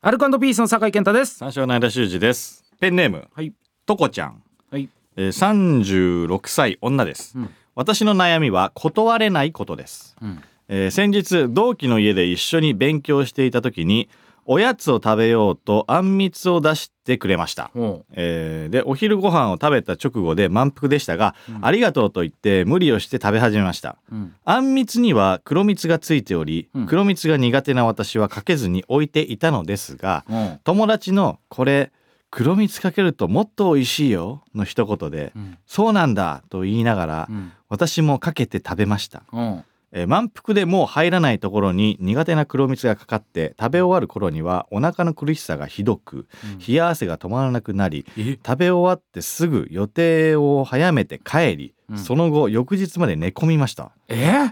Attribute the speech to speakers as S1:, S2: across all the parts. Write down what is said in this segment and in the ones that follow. S1: アルコピースの酒井健太です。
S2: 三照の間修司ですペンネーム
S1: はい。
S2: とこちゃん、
S1: はい。
S2: えー、36歳女です、
S1: うん
S2: 私の悩みは断れないことです、
S1: うん。
S2: えー先日同期の家で一緒に勉強していた時におやつを食べようとあんみつを出してくれました
S1: ほ
S2: えーでお昼ご飯を食べた直後で満腹でしたが、
S1: うん
S2: ありがとうと言って無理をして食べ始めました
S1: う。うん。
S2: あんみつには黒蜜がついており、
S1: うん
S2: 黒蜜が苦手な私はかけずに置いていたのですが
S1: うん。
S2: 友達の「これ黒蜜かけるともっと美味しいよ」の一言で
S1: う
S2: 「そうなんだ」と言いながら
S1: ん。
S2: 私もかけて食べました、
S1: うん。
S2: えー満腹でもう入らないところに苦手な黒蜜がかかって食べ終わる頃にはお腹の苦しさがひどく冷や汗が止まらなくなり
S1: え
S2: 食べ終わってすぐ予定を早めて帰り、
S1: うん
S2: その後翌日まで寝込みました
S1: え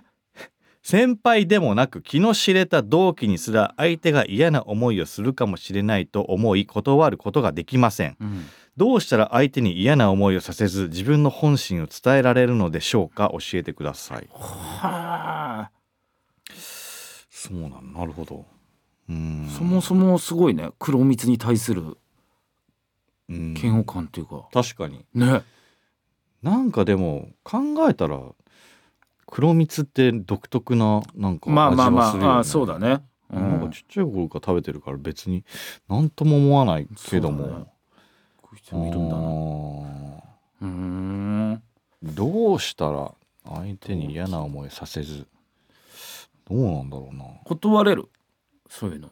S2: 先輩でもなく気の知れた同期にすら相手が嫌な思いをするかもしれないと思い断ることができません
S1: うん。
S2: どうしたら相手に嫌な思いをさせず自分の本心を伝えられるのでしょうか教えてください
S1: はあ。
S2: そうなんなるほどうーん
S1: そもそもすごいね。黒蜜に対する
S2: うん
S1: 嫌悪感っていうか。
S2: 確かに
S1: ね。
S2: なんかでも考えたら黒蜜って独特ななんか味
S1: まあ
S2: がするよ、ね、
S1: まあまあ。あ、そうだね。う
S2: なんか
S1: ん
S2: ち。っちゃい頃から食べてるから別に何とも思わないけど
S1: そうだね
S2: も、
S1: こういう人もいるんだな。うーん。
S2: あーどうしたら相手に嫌な思いさせずどうなんだろうな
S1: 断れる。そういうの。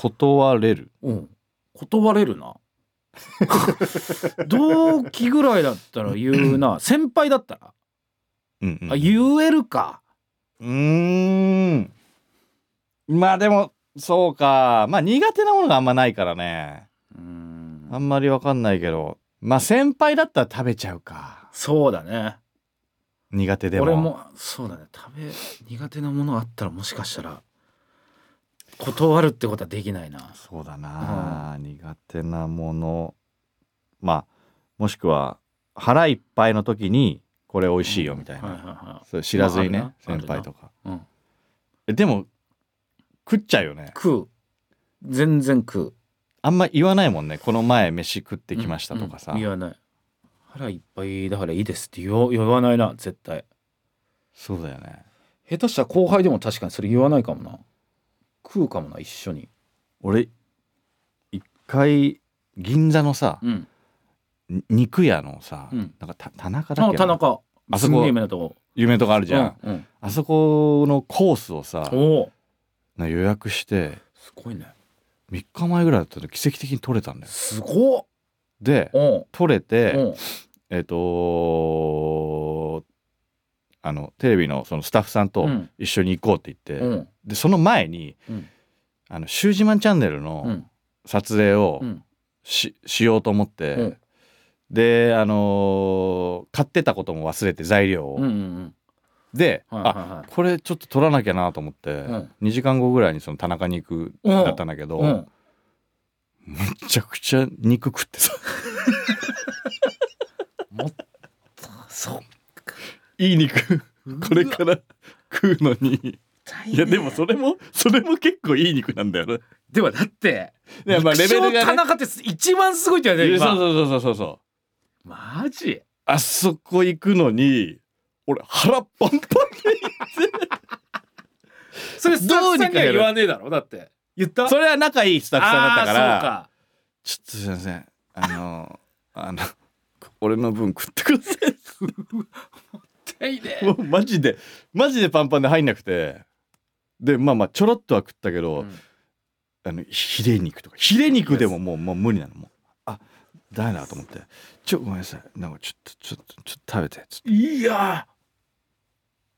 S2: 断れる
S1: うん。断れ るな。同期ぐらいだったら言うな。先輩だったら。
S2: うんうん
S1: あ、言えるか。
S2: うーんまあでもそうかまあ苦手なものがあんまないからね
S1: うーん
S2: あんまりわかんないけどまあ先輩だったら食べちゃうか
S1: そうだね
S2: 苦手でも
S1: 俺もそうだね食べ苦手なものあったらもしかしたら断るってことはできないな
S2: そうだな、苦手なものまあもしくは腹いっぱいの時にこれ美味しいよみたいな、
S1: はいはいは
S2: そう知らずにね、
S1: まああるな
S2: 先輩とか
S1: い、うん、
S2: えでも食っちゃうよね
S1: 食う全然食う
S2: あんま言わないもんねこの前飯食ってきましたとかさ、
S1: うんうん言わない腹いっぱいだからいいですって言わ言わないな絶対
S2: そうだよね
S1: 下手したら後輩でも確かにそれ言わないかもな食うかもな一緒に
S2: 俺一回銀座のさ、
S1: うん
S2: に肉屋のさ、
S1: うん
S2: なんかた田中だっ
S1: あ
S2: け
S1: 田中
S2: あ
S1: す
S2: そこ
S1: んげえ有名なとこ
S2: 夢とかあるじゃん、
S1: うんうん、
S2: あそこのコースをさ
S1: おお
S2: な予約して
S1: すごいね
S2: 3日前ぐらいだったら奇跡的に取れたんだよ
S1: すごっ
S2: で
S1: おう
S2: 取れ
S1: お
S2: て
S1: う
S2: えっ、とあのテレビのそのスタッフさんと
S1: うん
S2: 一緒に行こうって言って、
S1: うん
S2: でその前に
S1: うん
S2: 「あのシュージマンチャンネル」
S1: う
S2: の
S1: ん
S2: 撮影を
S1: うん
S2: し,、しようと思って、
S1: うん
S2: であのー買ってたことも忘れて材料を、
S1: うんうん
S2: で、
S1: うん
S2: あ
S1: は
S2: これちょっと取らなきゃなと思って、
S1: ん
S2: 2時間後ぐらいにその田中に行く
S1: うん
S2: だったんだけど、
S1: いはいうん
S2: めちゃくちゃ肉食ってさ
S1: そう
S2: いい肉 これから食うのに。いやでもそれもそれも結構いい肉なんだよね。
S1: ではだって
S2: いやまあレベルがね
S1: 陸上田中って一番すごいって言われてる
S2: そう
S1: 今
S2: そうそうそうそう。
S1: マジ
S2: あそこ行くのに俺腹パンパン
S1: それスタッフ
S2: どう
S1: さ
S2: に
S1: んに
S2: かや
S1: は
S2: る
S1: 言わねえだろだって言った
S2: で。それは仲いいスタッフさんだったから。
S1: あーそうか
S2: ちょっとすいません。あの あの俺の分食ってくださ
S1: 痛い
S2: い。も
S1: ね
S2: うマジでマジでパンパンで入んなくて。でまあまあちょろっとは食ったけ
S1: う
S2: ど、
S1: ん
S2: あのひれ肉とかひれ肉でももうもう無理なのもうあだなと思ってちょごめんなさいなんかちょっとちょっとちょっと食べてつっ
S1: いや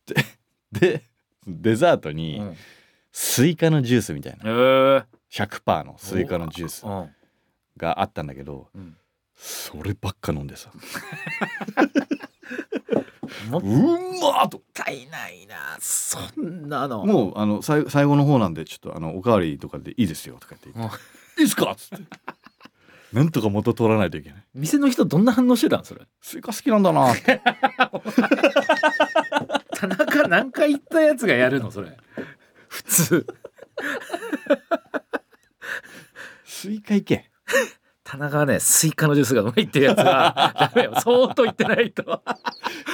S2: てでデザート
S1: ー
S2: に
S1: うん
S2: スイカのジュースみたいな
S1: えー
S2: 100%のスイカのジュース
S1: うん
S2: があったんだけど
S1: うん
S2: そればっか飲んでさ
S1: もっ
S2: うまっと
S1: たいないなそんなの
S2: もうあの最最後の方なんでちょっとあのおかわりとかでいいですよとかって言って「いいっすか!」っつってなんとか元取らないといけない
S1: 店の人どんな反応してたんそれ
S2: スイカ好きなんだなって
S1: 田中何回行ったやつがやるのそれ普通
S2: スイカいけ
S1: 田中はねスイカのジュースがうまいっていうやつ はダメよ相当言ってないと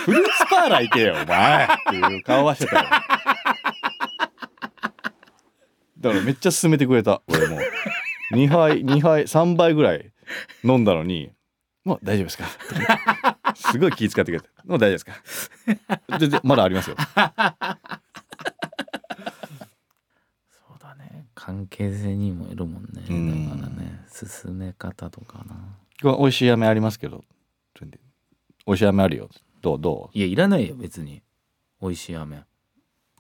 S2: フルーツパーラーいけよお前っていう顔はしてたよだからめっちゃ勧めてくれた俺も2杯2杯3杯ぐらい飲んだのに「もう大丈夫ですか?とか」すごい気遣ってくれて「もう大丈夫ですか?」全然まだありますよ
S1: そうだね関係性にもよるもんね
S2: うん
S1: だからね進め方とかな
S2: これ美味しい飴ありますけど全然美味しい飴あるよどうどう
S1: いやいらないよ別に美味しい飴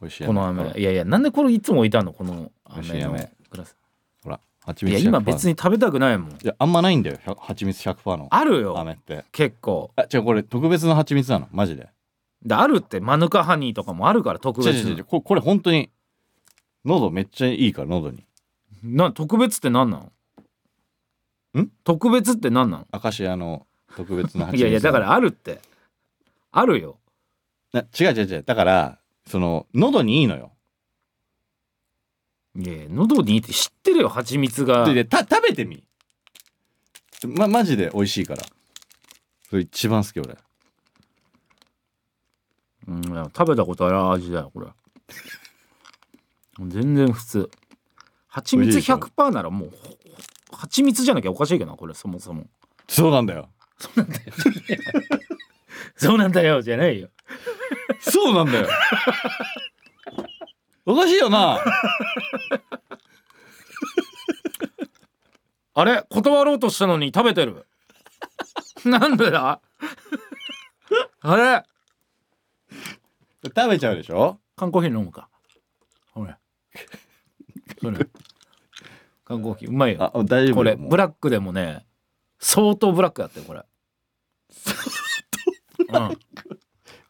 S2: 美味しい飴
S1: この飴いやいやなんでこれいつも置いてあんのこの
S2: 美味し
S1: 飴
S2: い
S1: の
S2: 飴
S1: グラス
S2: ほら蜂
S1: い
S2: 蜜
S1: や
S2: 100%
S1: 今別に食べたくないもん
S2: いやあんまないんだよ100蜂蜜100%の
S1: あるよ
S2: 飴って
S1: 結構
S2: あ違うこれ特別の蜂蜜なのマジで
S1: であるってマヌカハニーとかもあるから特
S2: 違う
S1: 別
S2: 違う違うここれ本当に喉めっちゃいいから喉に
S1: な特別って何なの
S2: ん
S1: 特別って何なの
S2: アカシアの特別な蜂蜜
S1: いやいやだからあるってあるよ
S2: な違う違う違うだからその喉にいいのよ
S1: いやいや喉にいいって知ってるよ蜂蜜が
S2: ででた食べてみまマジで美味しいからそれ一番好き俺
S1: うん、いや食べたことある味だよこれ全然普通蜂
S2: 美
S1: 蜜
S2: 味しいでし
S1: 100%ならもうほほ蜂蜜じゃなきゃおかしいけどなこれそもそも
S2: そうなんだよ
S1: そうなんだよじゃないよ
S2: そうなん だよおかしいよな
S1: あれ断ろうとしたのに食べて るなんでだあれ
S2: 食べちゃうでしょ
S1: 缶コーヒー飲むかほらほ ら缶コーヒーうまいよ
S2: あ大丈夫
S1: これ
S2: もう
S1: ブラックでもね相当ブラックだったよこれ相当ブラック、うん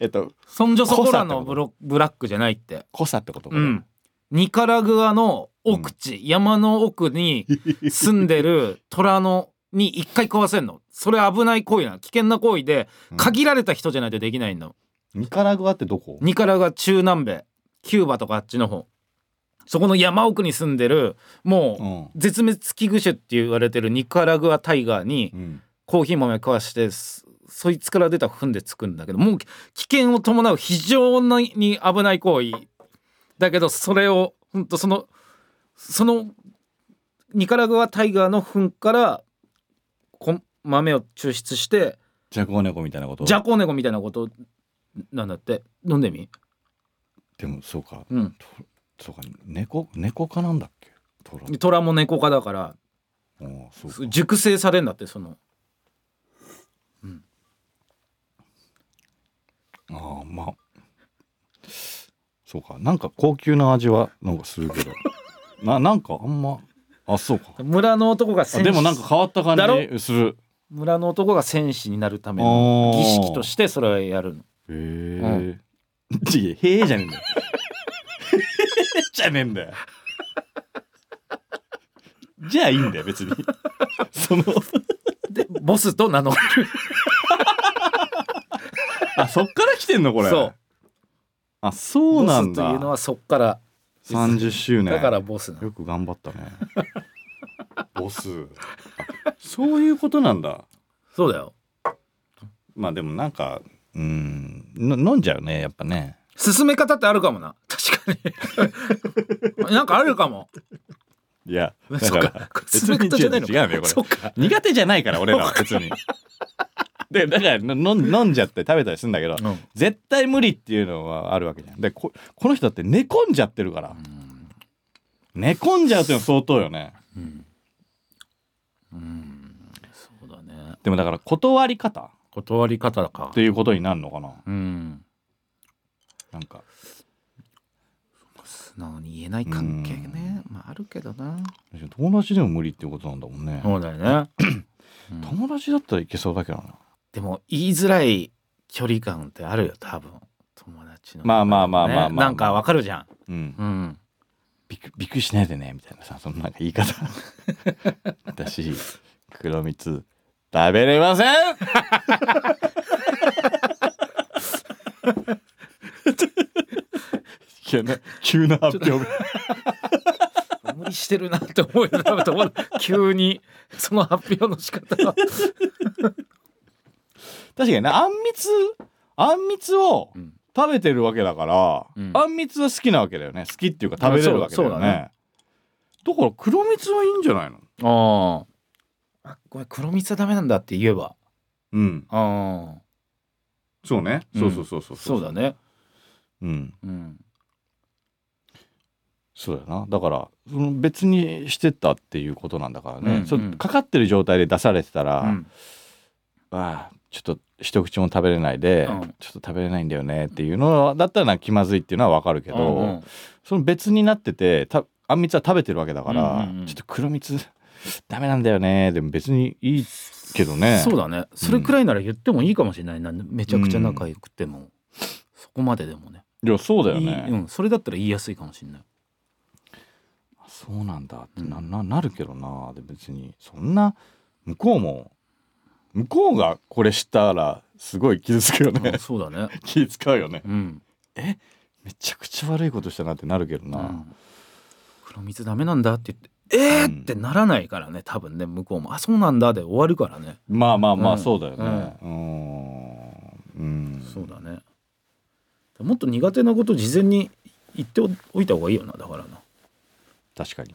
S2: えっと
S1: そんじょそこらのブロブラックじゃないって。
S2: 濃さってことか
S1: う。
S2: なん
S1: ニカラグアの奥地、山の奥に住んで る虎のに一回食わせんの。それ危ない行為なの危険な行為で
S2: うん
S1: 限られた人じゃないとできないの。
S2: ニカラグアってどこ
S1: ニカラグア中南米キューバとかあっちの方そこの山奥に住んでる
S2: う
S1: も
S2: ん
S1: う絶滅危惧種って言われてるニカラグアタイガーに
S2: うん
S1: コーヒー豆かわしてそそいつから出た糞でつくんだけどもう危険を伴う非常に危ない行為だけどそれを本当そのそのニカラグアタイガーの糞からこ豆を抽出して
S2: ジャコウネコみたいなこと
S1: ジャコウネコみたいなことなんだって飲んでみ
S2: でもそうか
S1: うん
S2: そうか猫猫科なんだっけトラ
S1: 虎も猫科だから
S2: ああそうか
S1: 熟成されんだってその
S2: ああまあそうかなんか高級な味はなんかするけ どななんかあんまあそうか
S1: 村の男が
S2: あ
S1: 戦士
S2: でもなんか変わった
S1: だ
S2: 感
S1: ろ
S2: じする
S1: 村の男が戦士になるための儀式としてそれをやるの
S2: へえ、いやへえじゃねえ んだよへえじゃねえんだよじゃあいいんだよ別にその
S1: でボスと名乗る
S2: あそっから来てんのこれ
S1: そう
S2: あそうなん
S1: ボスというの
S2: だ
S1: はそっから、
S2: 30周年
S1: だからボスなの
S2: よく頑張ったねボスあそういうことなんだ
S1: そうだよ
S2: まあでもなんかうんの飲んじゃうねやっぱね
S1: 進め方ってあるかもな確かに なんかあるかも
S2: いやだ
S1: そっ
S2: から
S1: か進め方じゃないのか
S2: 違うねこれ
S1: そっか
S2: 苦手じゃないから俺らは別にでだからの飲ん飲んじゃって食べたりするんだけど
S1: うん
S2: 絶対無理っていうのはあるわけじゃんでここの人だって寝込んじゃってるから寝込んじゃうっていうのは相当よね
S1: うん、うん、そうだね
S2: でもだから断り方
S1: 断り方か
S2: っていうことになるのかな
S1: うん
S2: なんか
S1: 素直に言えない関係ねまああるけどな
S2: 友達でも無理っていうことなんだもんね
S1: そうだよね、うん
S2: 友達だったらいけそうだけどな
S1: でも言いづらい距離感ってあるよ多分友達の、
S2: まあまあまあまあまあ
S1: ねなんかわかるじゃん
S2: うん
S1: うん
S2: びっくびっくりしないでねみたいなさそのなんか言い 方私黒蜜食べ れません急な急な発表
S1: 無理ししてるなって思いながら食べた急にその発表の仕方 が
S2: 確かにねあんみつあんみつを
S1: うん
S2: 食べてるわけだから、
S1: うん
S2: あんみつは好きなわけだよね好きっていうか食べれるわけ
S1: あそ
S2: だよね
S1: う
S2: だ
S1: そうだね
S2: から黒蜜はいいんじゃないの
S1: あああごめん黒蜜はダメなんだって言えば
S2: うん
S1: ああ
S2: そうね、
S1: うん
S2: そうそうそうそう
S1: そうだね
S2: うん
S1: うん
S2: そうだよなだからその別にしてたっていうことなんだからね、
S1: うん
S2: そ
S1: うん
S2: かかってる状態で出されてたら、
S1: うん
S2: ああちょっと一口も食べれないで、
S1: うん
S2: ちょっと食べれないんだよねっていうのだったらなんか気まずいっていうのはわかるけど、
S1: うんうん
S2: その別になっててたあんみつは食べてるわけだから、
S1: うんうんうん
S2: ちょっと黒蜜ダメなんだよねでも別にいいけどね
S1: そうだねそれくらいなら言ってもいいかもしれないなめちゃくちゃ仲良くても、そこまででもね
S2: いやそうだよね
S1: いいうん、それだったら言いやすいかもしれない
S2: そうなんだって
S1: うん
S2: なななるけどなで別にそんな向こうも向こうがこれしたらすごい傷つくよね
S1: うんそうだね
S2: 気使うよね
S1: うん、
S2: めちゃくちゃ悪いことしたなってなるけど
S1: う
S2: な、
S1: ん、黒蜜ダメなんだって言ってえ
S2: う
S1: ー、
S2: ん
S1: ってならないからね多分ね向こうもあそうなんだで終わるからね
S2: まあまあま
S1: う
S2: あ
S1: ん
S2: そうだよねうんうん
S1: そうだねもっと苦手なこと事前に言っておいた方がいいよなだからな
S2: 確かに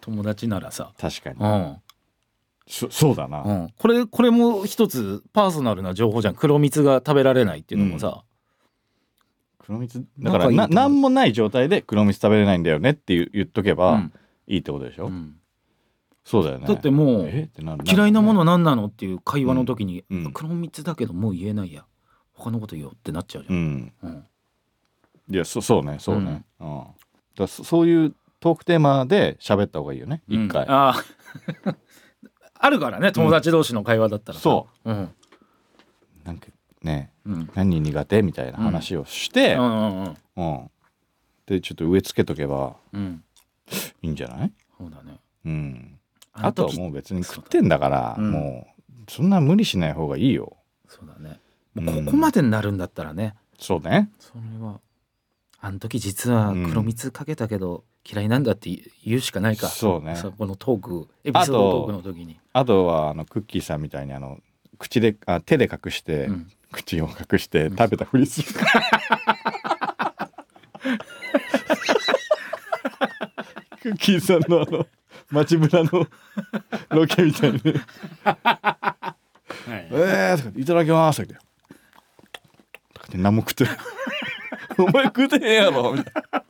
S1: 友達ならさ
S2: 確かに
S1: うん、
S2: そそうだな、
S1: うん、これこれも一つパーソナルな情報じゃん黒蜜が食べられないっていうのもさ、
S2: 黒蜜だから
S1: 仲いい
S2: な
S1: と思う
S2: 何もない状態で黒蜜食べれないんだよねって言う言っとけば、
S1: うん
S2: いいってことでしょ、
S1: うん
S2: そうだよね
S1: だってもう
S2: えってなる
S1: 嫌いなもの
S2: る
S1: は何なのっていう会話の時に
S2: うんうん
S1: 「黒蜜だけどもう言えないや他のこと言おう」ってなっちゃうじ
S2: う
S1: ゃん。
S2: ん
S1: うん
S2: いやそそうねそうね、うんだからそそういうトークテーマで喋った方がいいよね一、回
S1: うんあー あるからね友達同士の会話だったらさ
S2: そ
S1: うん
S2: なんかね
S1: うんうん
S2: 何苦手みたいな話をして、
S1: う
S2: うん
S1: んうん
S2: でちょっと植え付けとけば
S1: うん
S2: いいんじゃない
S1: そうだね
S2: うん
S1: あの
S2: あとは
S1: 時
S2: もう別に食ってんだから
S1: うん
S2: もうそんな無理しない方がいいよ
S1: そうだねもうここまでになるんだったらね
S2: そうね
S1: それはあの時実は黒蜜かけたけど嫌いなんだって言うしかないか
S2: そうね
S1: そこのトークエピソードトークの時に
S2: あとはあのクッキーさんみたいにあの口であ手で隠して、
S1: うん
S2: 口を隠して食べたふりする、 クッキーさんのあの街ぶらのロケみたいに「えー」とか「いただきます」とか言って何も食ってない「お前食うてへんやろ」みたいな。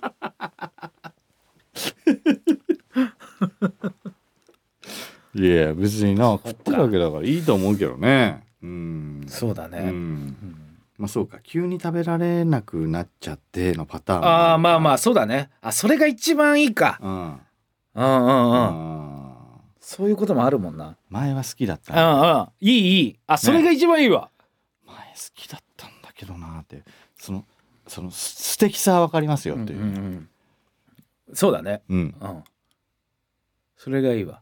S2: いや別にな食ってるわけだからいいと思うけどねうん
S1: そうだ
S2: う
S1: ね
S2: ん
S1: うん
S2: まあそうか急に食べられなくなっちゃってのパターン
S1: ああまあま
S2: あ
S1: あそうだねあそれが一番いいか
S2: うん
S1: うんうんうん、
S2: あ
S1: そういうこともあるもんな
S2: ー前は好きだっ
S1: う
S2: た
S1: んうんいいいいあそれが一番いいわ、
S2: 前好きだったんだけどなーってそのそのす素敵さはわかりますよっていう
S1: うんうんうんそうだね
S2: うん
S1: うんそれがいいわ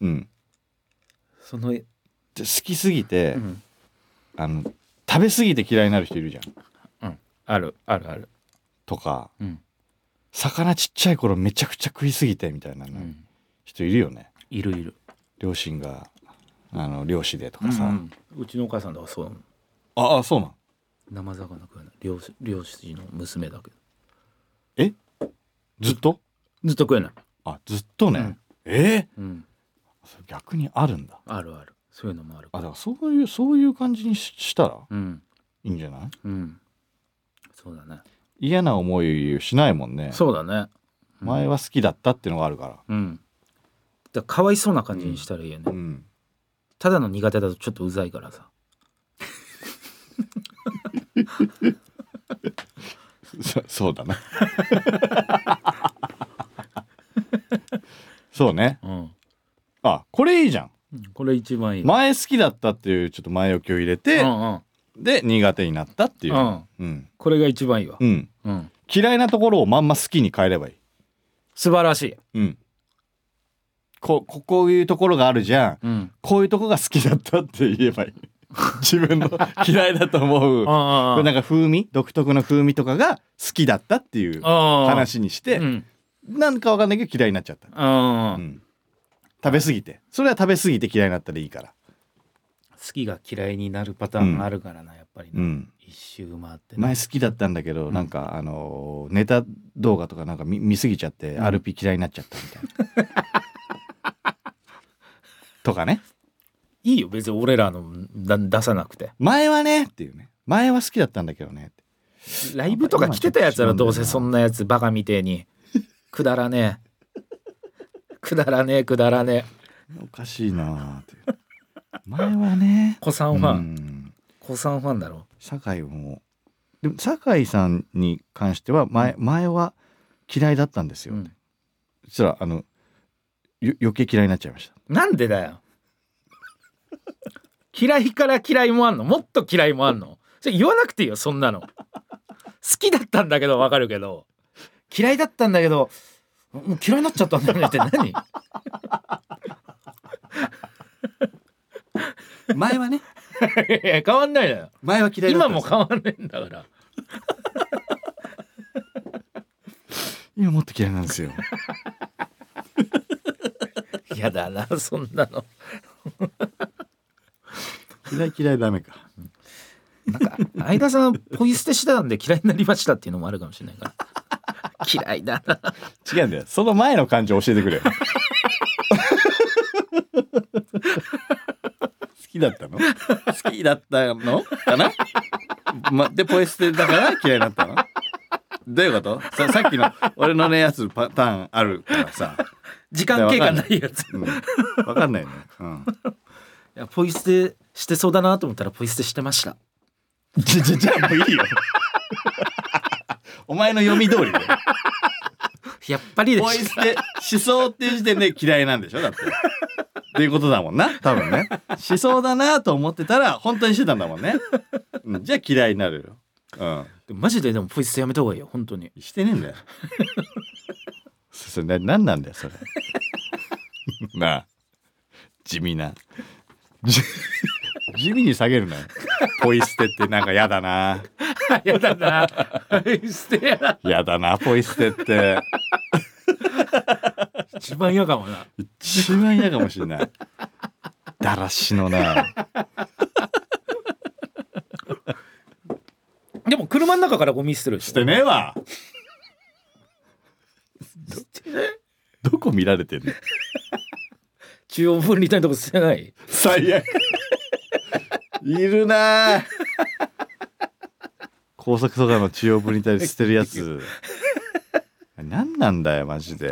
S2: うん
S1: その、う
S2: で好きすぎて、
S1: ん、
S2: あの食べ過ぎて嫌いになる人いるじゃん
S1: あるあるある
S2: とか
S1: うん、
S2: 魚ちっちゃい頃めちゃくちゃ食いすぎてみたいなね、
S1: うん、
S2: 人いるよね
S1: いるいる
S2: 両親があの漁師でとかさ、
S1: うんうんうちのお母さんとかそうだもん
S2: ああそうなん
S1: 生魚食わない漁師漁師の娘だけど
S2: ずっと
S1: ずっと食えない、
S2: あずっとね、
S1: うん
S2: ええ
S1: うん、
S2: それ逆にあるんだ
S1: あるあるそういうのもある
S2: あだからそういうそういう感じにししたら
S1: うん
S2: いいんじゃない
S1: うんそうだね
S2: 嫌な思いしないもんね
S1: そうだねうん
S2: 前は好きだったってのがあるから
S1: うん。だからかわいそうな感じにしたらいいよね。
S2: ん
S1: ただの苦手だとちょっとうざいからさ。
S2: そ そうだなそうね
S1: うん。
S2: あこれいいじゃん
S1: これ一番いい。
S2: 前好きだったっていうちょっと前置きを入れて、
S1: うんうん。
S2: で苦手になったっていううんうん、
S1: これが一番いいわ
S2: う。ん、
S1: うん。
S2: 嫌いなところをまんま好きに変えればいい
S1: 素晴らしい。
S2: うんこここういうところがあるじゃん
S1: うん。
S2: こういうとこが好きだったって言え ばいい自分の嫌いだと思う
S1: ああああ
S2: これなんか風味独特の風味とかが好きだったっていう
S1: ああ。
S2: 話にして、
S1: うん。
S2: なんかわかんないけど嫌いになっちゃった、
S1: うん、
S2: うん、食べ過ぎてそれは食べ過ぎて嫌いになったらいいから
S1: 好きが嫌いになるパターンあるからな、やっぱり
S2: う
S1: な、
S2: ん
S1: 一周回ってな
S2: 前好きだったんだけど、
S1: うん
S2: なんかあのーネタ動画とかなんか見見すぎちゃって、
S1: うん
S2: RP 嫌いになっちゃったみたいな とかね
S1: いいよ別に俺らのだ出さなくて
S2: 前はねっていうね前は好きだったんだけどねって
S1: ライブとか来てたやつらどうせそんなやつバカみてえにくだらねえくだらねえくだらね
S2: おかしいなあっていう前はね
S1: え子さ
S2: うん
S1: ファン
S2: ん
S1: 子さんファンだろ
S2: 酒井もでも酒井さんに関しては前前は嫌いだったんですよ、
S1: うん
S2: そしたらあのよ余計嫌いになっちゃいました
S1: なんでだよ嫌いから嫌いもあんのもっと嫌いもあんのそれ言わなくていいよそんなの好きだったんだけどわかるけど嫌いだったんだけどもう嫌いになっちゃったんだよねって何
S2: 前はね
S1: いやいや変わん ないのよ
S2: 前は嫌いだった
S1: 今
S2: んで
S1: も
S2: す
S1: 変わんないんだから
S2: 今もっと嫌いなんですよ
S1: 嫌だなそんなの
S2: 嫌い嫌いダメか
S1: なんか相田さんポイ捨てしてたんで嫌いになりましたっていうのもあるかもしれないから嫌いだな
S2: 違うんだよその前の感情教えてくれよ好きだったの好きだったのかな、ま、でポイ捨てだから嫌いになったのどういうことささっきの俺のねやつパターンあるからさ、
S1: 時間経過ないやつい
S2: うん、分かんないね、うん、
S1: やポイ捨てしてそうだなと思ったらポイ捨てしてました
S2: じゃじゃじゃあもういいよお前の読み通りで
S1: やっぱりで
S2: ポイ
S1: し
S2: 捨て思想っていう時点で嫌いなんでしょだって。っていうことだもんな多分ね思想だなと思ってたら本当にしてたんだもんね、うん、じゃあ嫌いになるよ、
S1: たマジででもポイ捨てやめた方がいいよ本当に
S2: うん、してねえんだよそそれな何なんだよそれ なあ地味な じ地味に下げるなよポイ捨てってなんかやだな
S1: やだなポイ捨てやだ
S2: やだなポイ捨てって
S1: 一番嫌かもな
S2: 一番嫌かもしれないだらしのな
S1: でも車の中からゴミ捨てるでしょ
S2: してねえわどこ見られてんの
S1: 中央分離帯のとこ捨てない
S2: 最悪いるなあ高速とかの中央分離帯で捨てるやつ何なんだよマジで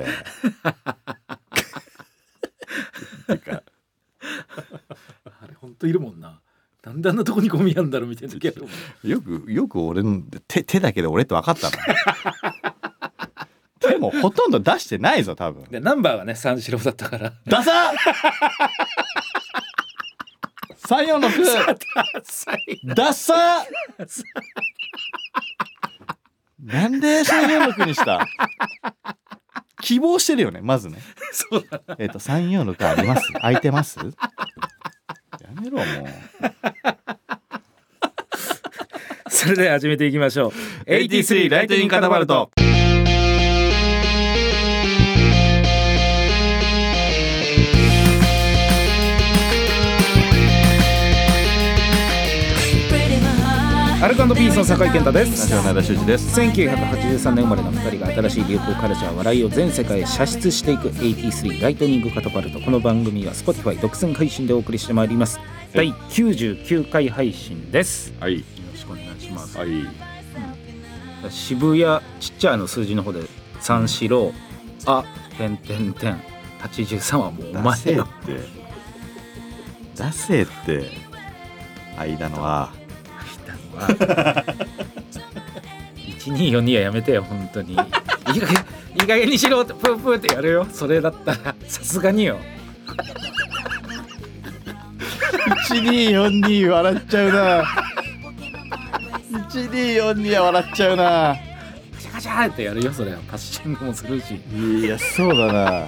S2: てか
S1: あれ本当いるもんななんであんなとこにゴミあんだろみたいな時あるもん
S2: よくよく俺の手手だけで俺って分かったなでもほとんど出してないぞ多分
S1: でナンバーがね三四郎だった から
S2: ダサ三四六ダッサーなんで三四六にした希望してるよねまずね
S1: そうだ
S2: えっ、と三四六あります空いてますやめろも
S1: それでは始めていきましょう
S2: う83ライトニングカタパルト
S1: アルカンドピースの酒井健太で
S2: ラジオ
S1: す
S2: の間修二です
S1: 1983年生まれの2人が新しい流行カルチャー笑いを全世界へ射出していく83ライトニングカタパルトこの番組は Spotify 独占配信でお送りしてまいります第99回配信ですよ
S2: はい
S1: ろしくお願いします
S2: はい
S1: 渋谷ちっちゃいの数字の方で三四郎あてんてんてん83はもうお
S2: ダセ
S1: 前
S2: ー
S1: よ
S2: ってダセーって間のは
S1: 1242はやめてよ本当にいい加減いい加減にしろってプープーってやるよそれだったらさすがによ
S2: 1242笑っちゃうな1242は笑っちゃうな
S1: カシャカシャってやるよそれはパッシングもするし
S2: いやそうだな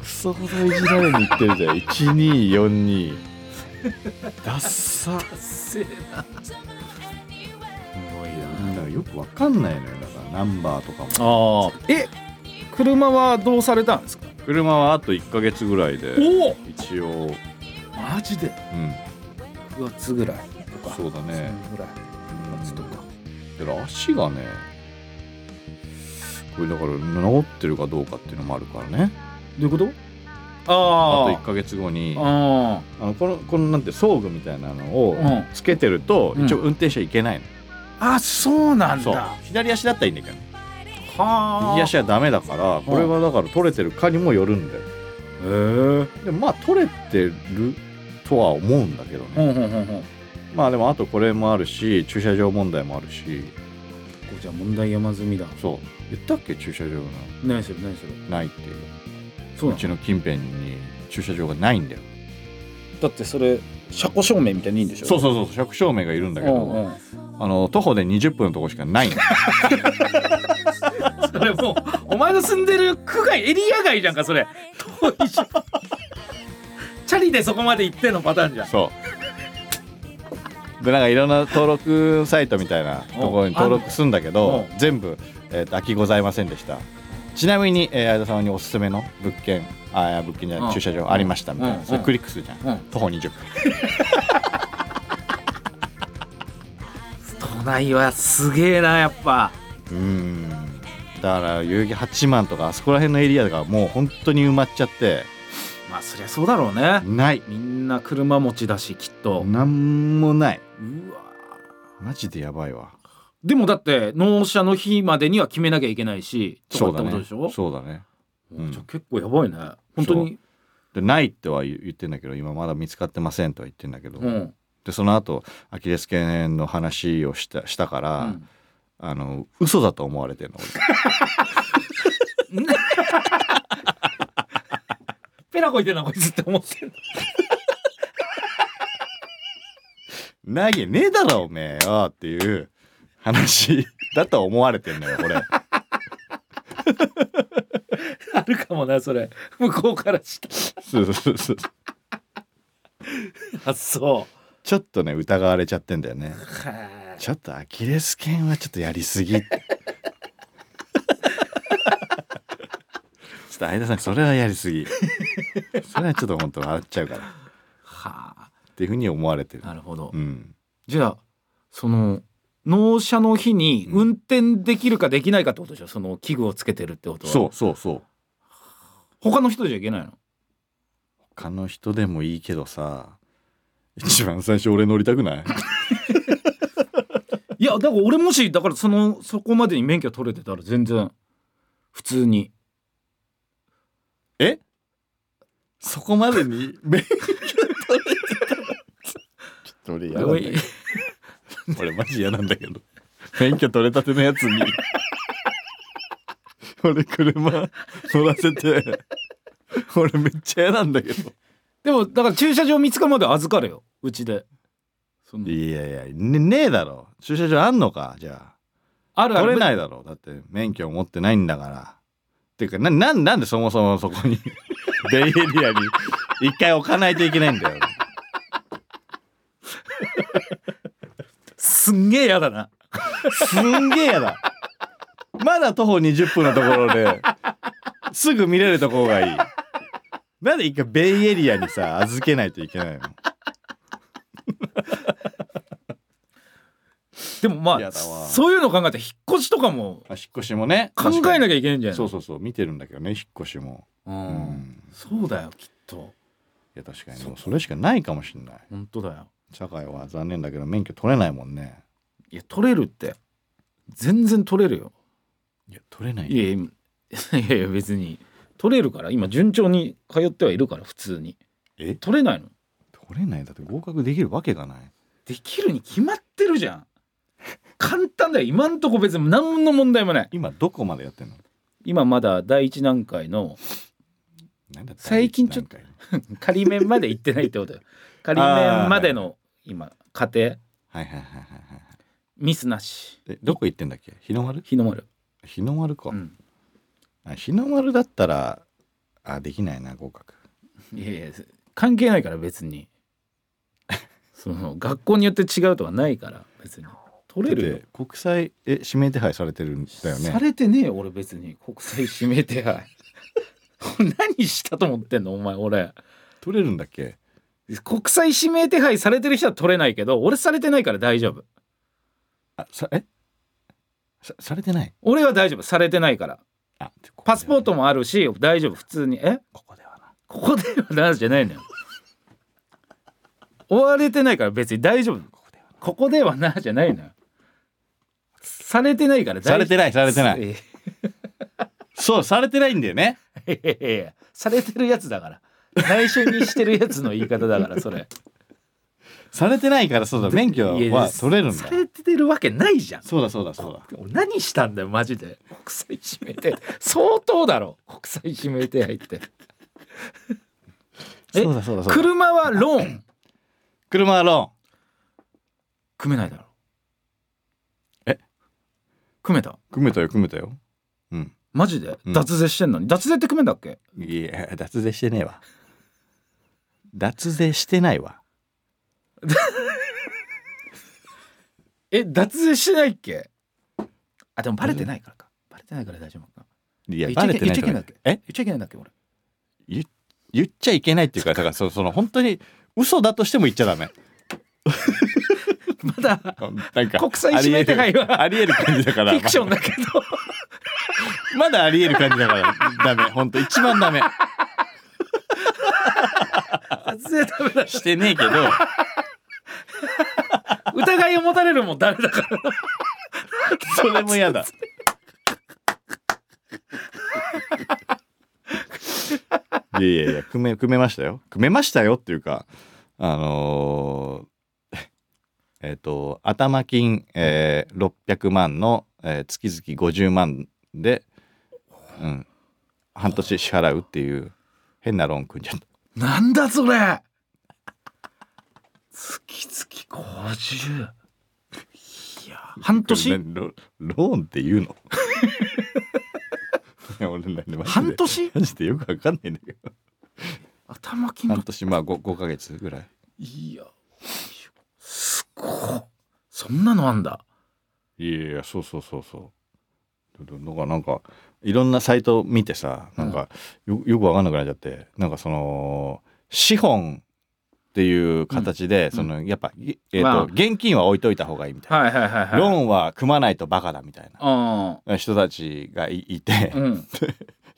S2: クソほどいじられにいってるじゃん1242ダッサ
S1: 達成だすごい
S2: だからよくわかんないのよだからナンバーとかも
S1: ああえ車はどうされたんですか
S2: 車はあと1か月ぐらいで
S1: おお
S2: 一応、
S1: マジで
S2: うん、
S1: 9月ぐらいとか
S2: そうだね
S1: そのぐらい9月とか
S2: で足がねこれだから治ってるかどうかっていうのもあるからね
S1: どういうこと
S2: あと
S1: あ
S2: 1か月後にあ
S1: あ
S2: のこのこのなんて装具みたいなのを
S1: うん
S2: つけてると、
S1: うん
S2: 一応運転手はいけないの、
S1: ああそうなんだ
S2: そう
S1: は
S2: 左足だったらいいんだけどね
S1: あ
S2: 右足はダメだからこれはだから取れてるかにもよるんだよ
S1: へえ
S2: でもまあ取れてるとは思うんだけどね、
S1: うんうんうんうんこ
S2: まあでもあとこれもあるし駐車場問題もあるし
S1: うじゃあ問題山積みだ
S2: そう言ったっけ駐車場が
S1: 何それ何それ
S2: ないっていう
S1: そう
S2: うちの近辺に駐車場がないんだよ
S1: だってそれ車庫証明みたいにいいんでしょ
S2: そう
S1: う
S2: そうそう釈照明がいるんだけど、
S1: んうん
S2: あの徒歩で20分のとこしかないんだよ
S1: それもうお前の住んでる区外エリア外じゃんかそれ遠いじゃんチャリでそこまで行ってのパターンじゃん
S2: そうでなんかいろんな登録サイトみたいなところに登録するんだけど全部、えーと空きございませんでしたちなみに、えー、相田様におすすめの物件あー物件じゃない
S1: うん
S2: 駐車場ありましたみたいな、
S1: うん
S2: それクリックするじゃん、
S1: うん
S2: 徒歩20分
S1: 都内はすげえなやっぱ
S2: うーんだから代々木八幡とかあそこら辺のエリアがもう本当に埋まっちゃって
S1: まあそりゃそうだろうね
S2: ない
S1: みんな車持ちだしきっと
S2: なんもないう
S1: わ
S2: マジでやばいわ
S1: でもだって納車の日までには決めなきゃいけないしとか
S2: そ
S1: っ
S2: うだ
S1: てこと
S2: ね
S1: でしょ
S2: そうだねうん
S1: じゃあ結構やばいね本当に
S2: でないっては言言ってんだけど今まだ見つかってませんとは言ってんだけど、
S1: うん
S2: でその後アキレス腱の話をしたしたから、
S1: うん
S2: あの嘘だと思われてるの俺
S1: ペラこいてんなこいつって思ってんだ
S2: なげねえだろおめえよっていう話だと思われてんのよ俺
S1: あるかもなそ れ向こうからした
S2: そうそうそう
S1: らあそう
S2: ちょっとね疑われちゃってんだよね
S1: は
S2: ちょっとアキレス腱はちょっとやりすぎちょっと相田さんそれはやりすぎそれはちょっと本当笑っちゃうからっ
S1: あ
S2: ていうふうに思われてる
S1: なるほど、
S2: うん
S1: じゃあその納車の日に
S2: うん
S1: 運転できるかできないかってことでしょその器具をつけてるってことは
S2: そうそうそう
S1: 他の人じゃいけないの
S2: 他の人でもいいけどさ一番最初俺乗りたくない
S1: いやだから俺もしだからそのそこまでに免許取れてたら全然普通に
S2: えそこまでに免許取れてたらちょっと俺嫌なんだけど俺マジ嫌なんだけど免許取れたてのやつに俺車乗らせて俺めっちゃ嫌なんだけど
S1: でもだから駐車場見つかるまで預かれようちでその
S2: いやいやねねえだろ駐車場あんのかじゃあ
S1: あるある
S2: 取れないいだろうだって免許を持ってないんだからていうかななんなんでそもそもそこに ベイエリアに一回置かないといけないんだよ
S1: すんげえ嫌だな
S2: すんげえやだまだ徒歩20分のところですぐ見れるところがいいなんで一回ベイエリアにさ預けないといけないの
S1: でもま
S2: 嫌
S1: あ
S2: だわ
S1: そういうの考えたら引っ越しとかも
S2: あ引っ越しもね
S1: 考えな
S2: き
S1: きゃいけないんじゃないの
S2: そうそうそう見てるんだけどね引っ越しも
S1: う、
S2: うんん
S1: そうだよきっと
S2: いや確かにでもそれしかないかもしんない
S1: 本当だよ
S2: 社会は残念だけど免許取れないもんね
S1: いや取れるって全然取れるよ
S2: いや取れない
S1: いやいやいやいや別に取れるから今順調に通ってはいるから普通に
S2: え
S1: 取れないの
S2: 取れないだって合格できるわけがない
S1: できるに決まってるじゃん簡単だよ今んとこ別に何の問題もない
S2: 今どこまでやってんの
S1: 今まだ第一段階の
S2: なんだ
S1: 最近ちょっと
S2: 第一段階
S1: 仮面まで行ってないって ことよ仮面までの今家庭
S2: はいはいはいはいはい
S1: ミスなし
S2: えどこ行ってんだっけ日の丸
S1: 日の丸、
S2: 日の丸か、
S1: うん、
S2: あ日の丸だったらあできないな合格
S1: いやいや関係 ないから別にその学校によって違うとはないから別に取れるよ
S2: だって国際え指名手配されてるんだよ
S1: さ
S2: ね
S1: れてねえよ俺別に国際指名手配 何したと思ってんのお前俺
S2: 取れるんだっけ
S1: 国際指名手配されてる人は取れないけど俺されてないから大丈夫
S2: あさえさされてない
S1: 俺は大丈夫されてないから
S2: あ
S1: パスポートもあるし大丈夫普通にえ
S2: ここではな
S1: ここではなじゃないのよ追われてないから別に大丈夫
S2: ここでは
S1: ここではなじゃないのよされてないから
S2: されてないされてない
S1: い
S2: そうされてないんだよね
S1: いやいやいやされてるやつだから内緒にしてるやつの言い方だからそれ
S2: されてないからそうだ免許
S1: いや
S2: は取れるんだ
S1: されてるわけないじゃん
S2: そうだそうだそうだ
S1: 俺何したんだよマジで国際指名手配相当だろ国際指名手配ってえ
S2: そうだそうだそうだ
S1: 車はローン
S2: 車はロ
S1: 組めないだろ
S2: え
S1: 組めた
S2: ーン組めたよ組めたようん
S1: マジで
S2: うん
S1: 脱税してんのに、脱税って組めんだっけ
S2: いや脱税してねえわ脱税してないわ
S1: え脱税してないっけあでもバレてないからかバレてないから大丈夫か
S2: い
S1: 言
S2: や
S1: っちゃ
S2: バ
S1: い
S2: レ
S1: け
S2: てないとか
S1: 言っちゃいけ言
S2: え
S1: っちゃいけないんだっけ俺
S2: 言言っちゃいけないっていうかだからそそ の本当に嘘だとしても言っちゃダメ
S1: まだフ
S2: なんか
S1: 国際指名手配は
S2: ありえるありえる 感じだから
S1: ィクションだけど
S2: まだありえる感じだからダメ本当一番ダメ
S1: 脱税ダメだ
S2: してねえけど
S1: 疑いを持たれるもん誰だから
S2: それも嫌だいやいやいや組め組めましたよ組めましたよっていうかあのー えっ、と頭金、えー、600万の、えー月々50万で、うん、半年支払うっていう変なローン組んじゃった
S1: なんだそれ月々50いや半年
S2: ねロ ローンって言うの いや俺なんでマジで
S1: 半年
S2: マジでよくわかんないんだけど
S1: 頭金
S2: 半
S1: の
S2: 年まあ 5, 5ヶ月ぐらい
S1: いやすっごいそんなのあんだ
S2: いやいやそうそうそうそうだからなんかいろんなサイト見てさなんかよよくわかんなくなっちゃってなんかその資本っていう形で、そのやっぱ、いえーと
S1: まあ
S2: 現金は置いといた方がいいみたい
S1: はいはいはい
S2: な、ローンは組まないとバカだみたい
S1: あ
S2: な人たちがいいて、
S1: あうん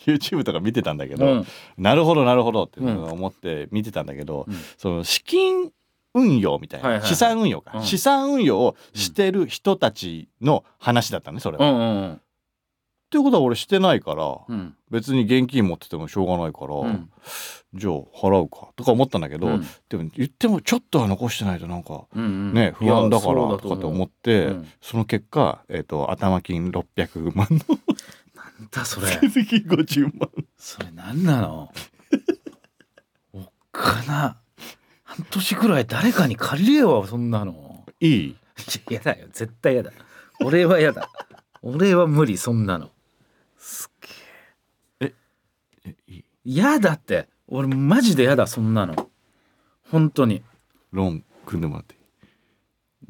S2: YouTube とか見てたんだけ
S1: う
S2: ど、
S1: ん
S2: なるほどなるほどって
S1: うん
S2: 思って見てたんだけど、
S1: うん
S2: その資金運用みたいな、
S1: はいはいはい
S2: 資産運用か、
S1: うん
S2: 資産運用をしてる人たちの話だったねそれ
S1: う
S2: は。っ
S1: んうん
S2: ていうことは俺してないから
S1: うん
S2: 別に現金持っててもしょうがないから、
S1: うん
S2: じゃあ払うかとか思ったんだけど、
S1: うん
S2: でも言ってもちょっとは残してないとなんか
S1: うん
S2: ね、不安だか
S1: いや
S2: ら
S1: そう
S2: と
S1: だ
S2: かって
S1: う
S2: 思って、
S1: うん
S2: その結果、えー、と頭金600万
S1: な
S2: の
S1: んだそれ
S2: 月々50万
S1: それなんなの おっかな半年くらい誰かに借りれよそんなの
S2: いい
S1: いや嫌だよ絶対嫌だ俺は嫌だ俺は無理そんなのすっ
S2: えいい
S1: げえ嫌だって俺マジで嫌だそんなの本当に
S2: ローン組んでもらって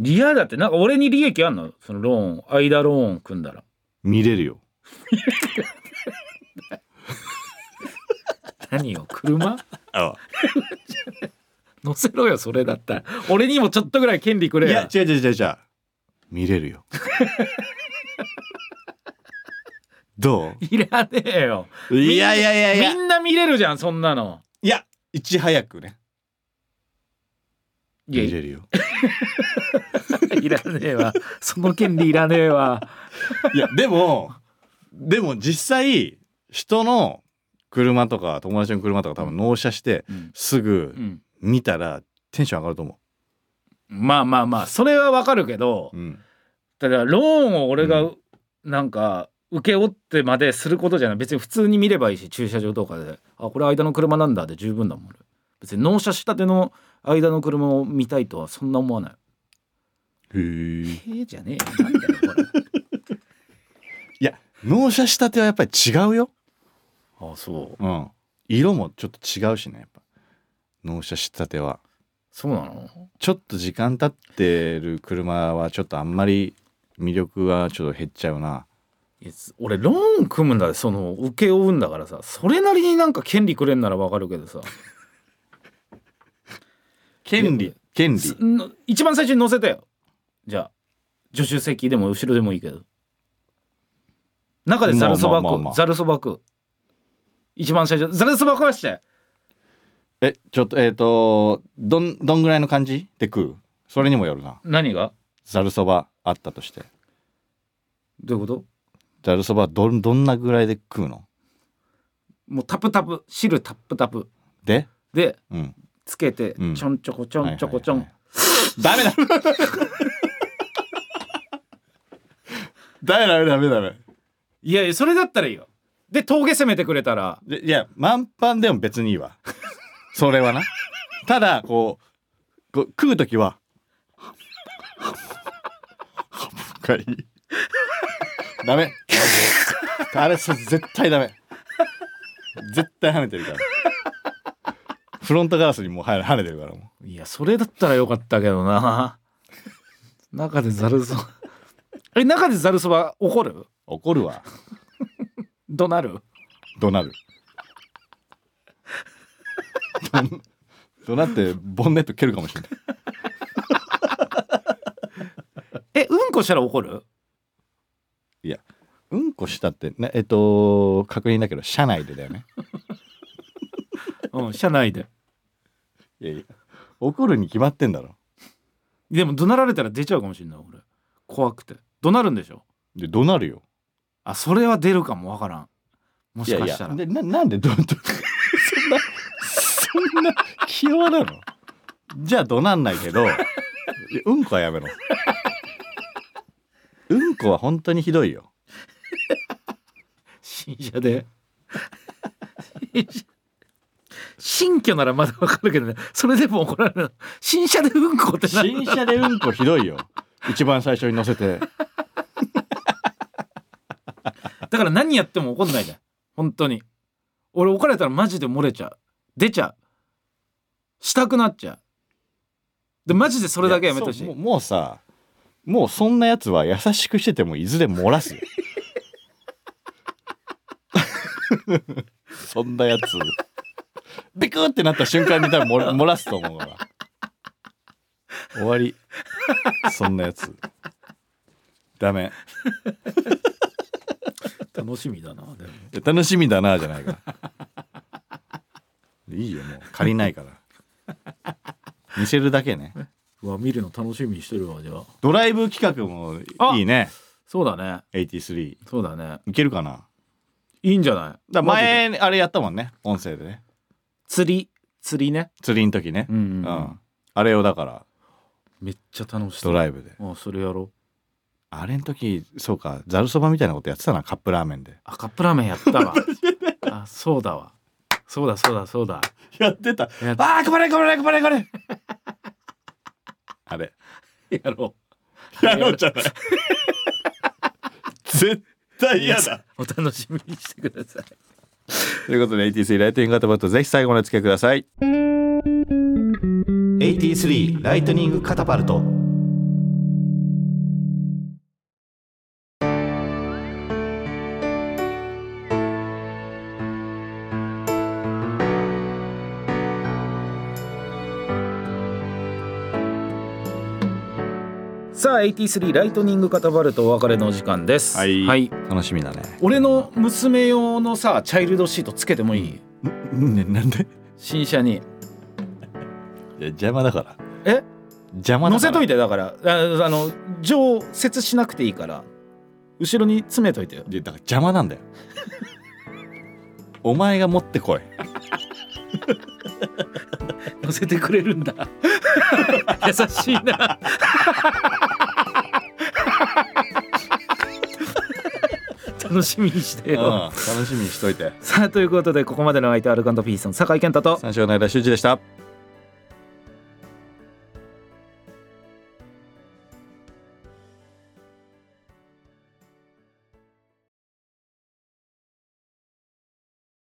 S2: いい
S1: 嫌だってなんか俺に利益あんのそのローン間ローン組んだら
S2: 見れるよ
S1: 何よ車
S2: あ
S1: 乗せろよそれだったら俺にもちょっとぐらい権利くれ
S2: い
S1: よ
S2: や違う違う違う違う見れるよ ど
S1: いらねえよ
S2: ういやいやいやいや
S1: みんな見れるじゃんそんなの
S2: いやいち早くね
S1: いや
S2: 見れるよ
S1: いらねえわその権利いらねえわ
S2: いやでもでも実際人の車とか友達の車とか多分納車して
S1: うん、
S2: すぐ
S1: うん
S2: 見たらテンション上がると思
S1: まあまあまあそれはわかるけど
S2: う、うん、
S1: ただローンを俺が
S2: う
S1: なんか請け負ってまですることじゃない別に普通に見ればいいし駐車場とかであこれ間の車なんだで十分だもん俺別に納車したての間の車を見たいとはそんな思わない
S2: へえ
S1: へえじゃねえよなんだよこれ
S2: いや納車したてはやっぱり違うよ、
S1: あそう
S2: うん、色もちょっと違うしねやっぱ納車したては
S1: そうなの
S2: ちょっと時間経ってる車はちょっとあんまり魅力はちょっと減っちゃうない
S1: や俺ローン組むんだその請け負うんだからさそれなりになんか権利くれんならわかるけどさ
S2: 権
S1: いや
S2: 利権利
S1: すん一番最初に乗せてよじゃあ助手席でも後ろでもいいけど中でざるそば
S2: まあまあまあまあ
S1: くざるそばく一番最初ざるそば食わして
S2: えちょっとえっ、とどんどんぐらいの感じで食うそれにもよるな
S1: 何が
S2: ざるそばあったとして
S1: どういうこと
S2: ざるそばどんどんなぐらいで食うの
S1: もうタプタプ汁タップタプ
S2: で
S1: で
S2: うん
S1: つけて、
S2: うん
S1: ちょんちょこちょんちょこちょん、
S2: はいはいはいダメだ ダメダメダメダメ
S1: いやいやそれだったらいいよで峠攻めてくれたら
S2: でいや満帆でも別にいいわそれはなただこうこう食う時はかいダメあれそ絶対ダメ絶対跳ねてるからフロントガラスにもう跳ね跳ねてるからも
S1: いやそれだったらよかったけどな 中でざるそば え中でざるそば怒る
S2: う怒るわ
S1: 怒鳴る
S2: 怒鳴るどん怒鳴ってボンネット蹴るかもしれない
S1: えうんこしたら怒る
S2: うんこしたってねえっと確認だけど車内でだよね
S1: うん車内で
S2: いやいや怒るに決まってんだろ
S1: でも怒鳴られたら出ちゃうかもしれない俺怖くて怒鳴るんでしょ
S2: で怒鳴るよ
S1: あそれは出るかもわからんもしかしたら
S2: でななんでどどそんなそんな気弱なのじゃあ怒鳴んないけどいやうんこはやめろうんこは本当にひどいよ
S1: 新車で新居ならまだわかるけどねそれでも怒られる新車でうんこってな
S2: 新車でうんこひどいよ一番最初に乗せて
S1: だから何やっても怒んないじゃん本当に俺怒られたらマジで漏れちゃう出ちゃうしたくなっちゃうでマジでそれだけはやめてほし
S2: や
S1: い
S2: そうもうもうさもうそんなやつは優しくしててもいずれ漏らすよ そんなやつビクってなった瞬間に多分漏ら漏らすと思うから終わりそんなやつダメ
S1: 楽しみだなでも
S2: いや楽しみだなじゃないからいいよもう借りないから見せるだけね
S1: うわ見るの楽しみにしてるわじゃあ
S2: ドライブ企画もいいね
S1: そうだね
S2: 83
S1: そうだね
S2: いけるかなだか
S1: いいんじゃない
S2: ら
S1: マジで
S2: 前あれやったもんね音声でね
S1: 釣り釣りね
S2: 釣りの時ね、
S1: うんうんうん
S2: あれをだから
S1: めっちゃ楽しそ
S2: ド
S1: う
S2: ライブで
S1: あそれやろう
S2: あれの時そうかざるそばみたいなことやってたなカップラーメンで
S1: あカップラーメンやった わあそうだわそうだそうだそうだ
S2: やってた
S1: やっ
S2: あー配れ配れ配れ配れあれ
S1: やろう
S2: やろうじゃない絶対嫌だ
S1: お楽しみにしてください
S2: ということで83ライトニングカタパルトぜひ最後までお付き合いください83ライトニングカタパルト
S1: さあ83ライトニングカタパルトお別れのお時間です
S2: はい楽しみだね
S1: 俺の娘用のさチャイルドシートつけてもいい、
S2: ねなんで
S1: 新車に
S2: いや邪魔だから
S1: え
S2: 邪魔だ
S1: 乗
S2: か
S1: せ
S2: ら
S1: とい
S2: て
S1: てだからああの常設しなくていいから後ろに詰めといてよ
S2: いやだから邪魔な んだよお前が持ってこい
S1: 乗せてくれるんだ 優しいな楽しみにしてよ、
S2: 楽しみにしといて
S1: さあということでここまでの相手はアルカンドピースの酒井健太と
S2: 三四郎の間修二でした